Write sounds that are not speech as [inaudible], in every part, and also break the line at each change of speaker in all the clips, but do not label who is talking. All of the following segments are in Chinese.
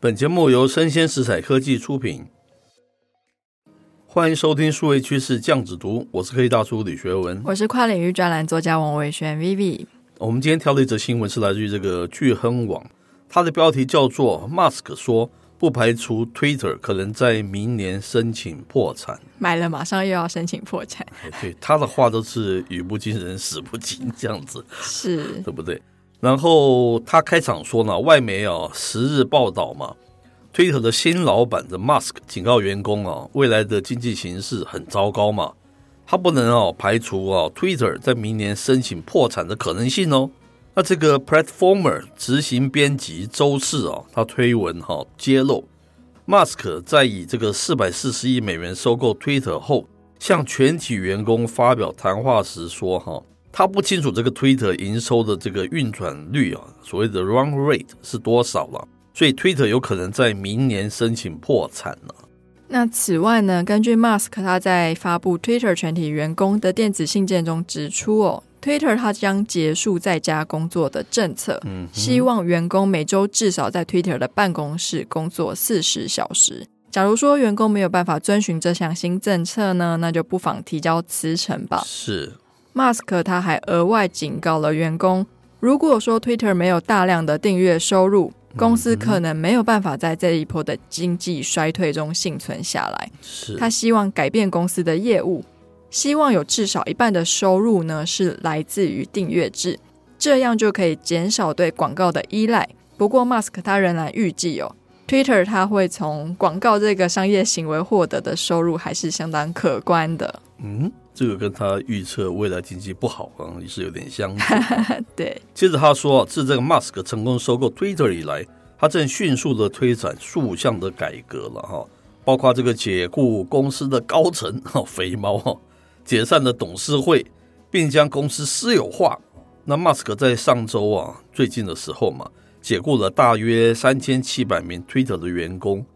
本节目由生鲜食材科技出品，欢迎收听数位趋势酱子读，我是科技大叔李学文。
我是跨领域专栏作家王维轩 Vivi。
我们今天挑的一则新闻是来自于这个聚亨网，它的标题叫做 “Mask 说不排除 Twitter 可能在明年申请破产 [laughs]
买了马上又要申请破产，”。
哎对，他的话都是语不惊人死不惊这样子。
是
对不对？然后他开场说呢，外媒啊十日报道嘛，推特的新老板的 Musk 警告员工啊，未来的经济形势很糟糕嘛，他不能啊排除啊 Twitter 在明年申请破产的可能性哦。那这个 Platformer 执行编辑周四啊，他推文哈、揭露，Musk 在以这个四百四十亿美元收购 Twitter 后，向全体员工发表谈话时说哈、他不清楚这个 Twitter 营收的这个运转率啊，所谓的 run rate 是多少了，所以 Twitter 有可能在明年申请破产了。
那此外呢，根据 Musk 他在发布 Twitter 全体员工的电子信件中指出哦，Twitter 它将结束在家工作的政策，
嗯
希望员工每周至少在 Twitter 的办公室工作四十小时。假如说员工没有办法遵循这项新政策呢，那就不妨提交辞呈吧。
是，
Musk 他还额外警告了员工，如果说 Twitter 没有大量的订阅收入，公司可能没有办法在这一波的经济衰退中幸存下来。
是，
他希望改变公司的业务，希望有至少一半的收入呢是来自于订阅制，这样就可以减少对广告的依赖。不过，Musk 他仍然预计哦，Twitter 他会从广告这个商业行为获得的收入还是相当可观的。
嗯，这个跟他预测未来经济不好啊，也是有点相似。
对，
接着他说，自这个 Musk 成功收购 Twitter 以来，他正迅速的推展数项的改革了哈，包括这个解雇公司的高层哈肥猫哈，解散了董事会，并将公司私有化。那 Musk 在上周啊最近的时候嘛，解雇了大约三千七百名 Twitter 的员工，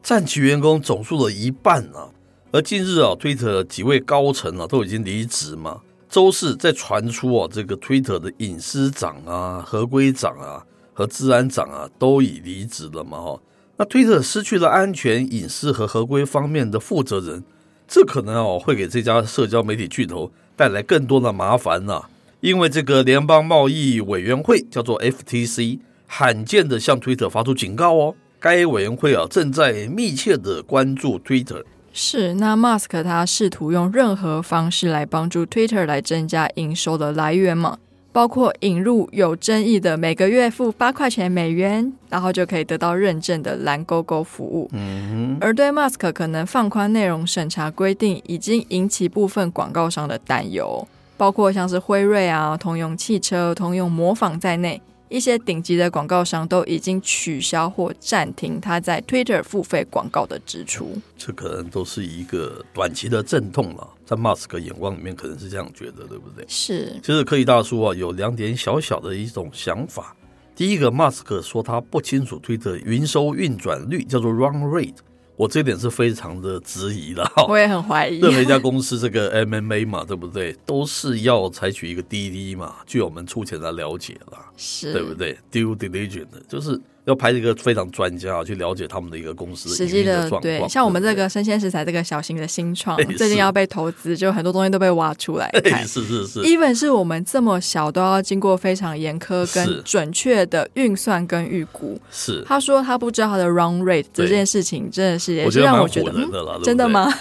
占其员工总数的一半啊。而近日啊，Twitter 几位高层啊都已经离职嘛，周四在传出哦，这个 Twitter 的隐私长啊、合规长啊和治安长啊都已离职了嘛哈、哦。那 Twitter 失去了安全、隐私和合规方面的负责人，这可能哦会给这家社交媒体巨头带来更多的麻烦呐、因为这个联邦贸易委员会叫做 FTC，罕见的向 Twitter 发出警告哦。该委员会啊正在密切的关注 Twitter。
是，那 Musk 他试图用任何方式来帮助 Twitter 来增加营收的来源嘛，包括引入有争议的每个月付八块钱美元，然后就可以得到认证的蓝勾勾服务。嗯，而对 Musk 可能放宽内容审查规定，已经引起部分广告商的担忧，包括像是辉瑞啊、通用汽车、通用模仿在内。一些顶级的广告商都已经取消或暂停他在 Twitter 付费广告的支出。
这可能都是一个短期的阵痛了，在 Musk 眼光里面可能是这样觉得，对不对？
是，
其实科技大叔啊，有两点小小的一种想法。第一个，马斯克说他不清楚推特营收运转率，叫做 run rate，我这点是非常的质疑了哈。
我也很怀
[laughs]
疑。
任何一家公司，这个 MMA 嘛，对不对？都是要采取一个 DD 嘛，据我们目前的了解啦，
是，
对不？对？Due diligence 就是要派一个非常专家啊去了解他们的一个公司
实
营
际
运
的
状况。
对，像我们
对
这
不对
个生鲜食材这个小型的新创
哎，
最
是
近要被投资，就很多东西都被挖出来看
哎，。是是是，
even 是我们这么小，都要经过非常严苛
是
跟准确的运算跟预估。
是，
他说他不知道他的 round rate 这
对
件事情，真的是也
我
是
觉得
让
蛮
我觉
唬
得，
人
嗯，
的啦，对不
真的
对？ [laughs]
吗？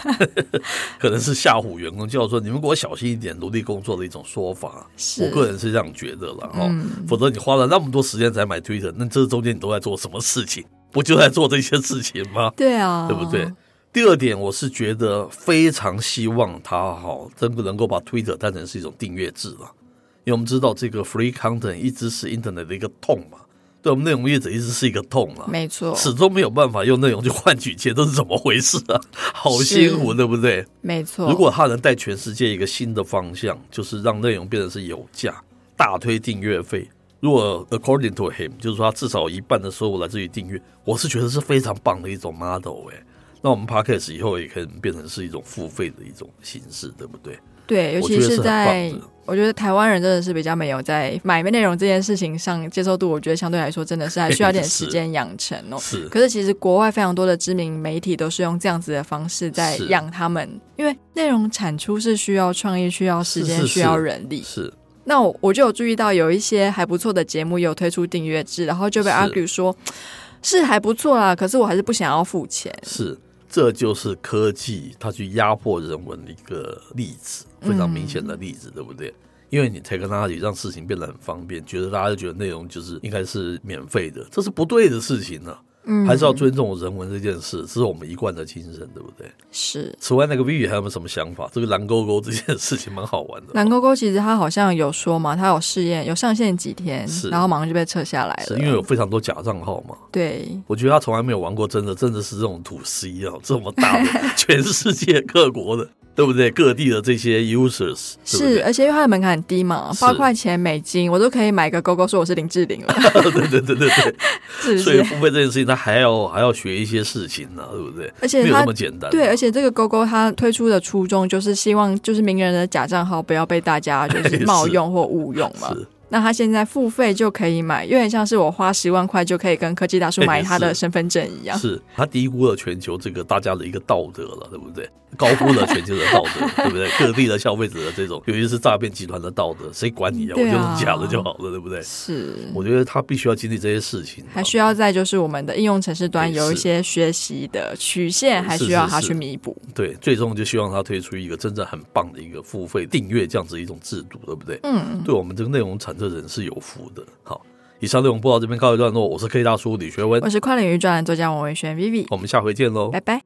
可能是吓唬员工，叫说你们给我小心一点，努力工作的一种说法。
是嗯
我个人是这样觉得了哈、否则你花了那么多时间才买 Twitter，那这中间你都在做什么事情？不就在做这些事情吗？
对啊，
对不哦对？？第二点，我是觉得非常希望他哈，真的能够把 Twitter 当成是一种订阅制了，因为我们知道这个 free content 一直是 Internet 的一个痛嘛，对我们内容业者一直是一个痛嘛。
没错，
始终没有办法用内容去换取钱，这是怎么回事啊？ [laughs] 好辛苦，对不对？
没错。
如果它能带全世界一个新的方向，就是让内容变成是有价，大推订阅费。如果 according to him，就是说他至少有一半的收入来自于订阅，我是觉得是非常棒的一种欸 model 哎、那我们 podcast 以后也可以变成是一种付费的一种形式，对不对？
对，尤
我
其
觉得是很
在
棒的。
我觉得台湾人真的是比较没有在买内容这件事情上接受度，我觉得相对来说真的是还需要点
是
时间养成哦。
是
可是其实国外非常多的知名媒体都是用这样子的方式在
是
养他们，因为内容产出是需要创意、需要时
是
间、
是
需要
是
人力。
是
那我我就有注意到有一些还不错的节目有推出订阅制，然后就被
是
argue 说是还不错啦，可是我还是不想要付钱。
是，这就是科技它去压迫人文的一个例子，非常明显的例子，对不对？因为你 technology 让事情变得很方便，觉得大家就觉得内容就是应该是免费的，这是不对的事情呢、
嗯，
还是要尊重人文这件事，这是我们一贯的精神，对不对？
是
此外，那个 Vivi 还有没有什么想法？这个蓝勾勾这件事情蛮好玩的哦，
蓝勾勾，其实他好像有说嘛，他有试验，有上线几天
是，
然后马上就被撤下来
是
了。
因为有非常多假账号嘛。
对，
我觉得他从来没有玩过真的，真的是这种土 C 啊，这么大
[laughs]
的全世界各国的，对不对？各地的这些 users，对不
是，而且因为它的门槛很低嘛，
是
八块钱美金，我都可以买个勾勾，说我是林志玲了，
[laughs] [laughs] 对？对对对对
是不
对，所以
是？
付费这件事情，他还要还要学一些事情呢、对不对？
而且
没有
它
那么简单，啊
对，而且这个勾勾它推出的初衷就是希望，就是名人的假账号不要被大家就是
[laughs] 是
冒用或误用嘛。
是
那他现在付费就可以买，有点像是我花十万块就可以跟科技大叔
哎
买他的
[laughs] 是
身份证一样。
是，他低估了全球这个大家的一个道德了，对不对？高估了全球的道德，对不
[laughs]
对？各地的消费者的这种，尤其是诈骗集团的道德，谁管你啊？我
对
就
啊
用假的就好了，对不对？
是
我觉得他必须要经历这些事情、啊，
还需要在就是我们的应用程式端
对
有一
是
些学习的曲线，还
是
需要
是
它
是
去弥补。
对，最终就希望他推出一个真正很棒的一个付费订阅这样子一种制度，对不对？
嗯，
对我们这个内容产生人是有福的。好，以上内容播到这边告一段落，我是 K 大叔李学文哦
我，是跨领域专栏作家王维轩 Vivi，
我们下回见喽，
呃拜拜。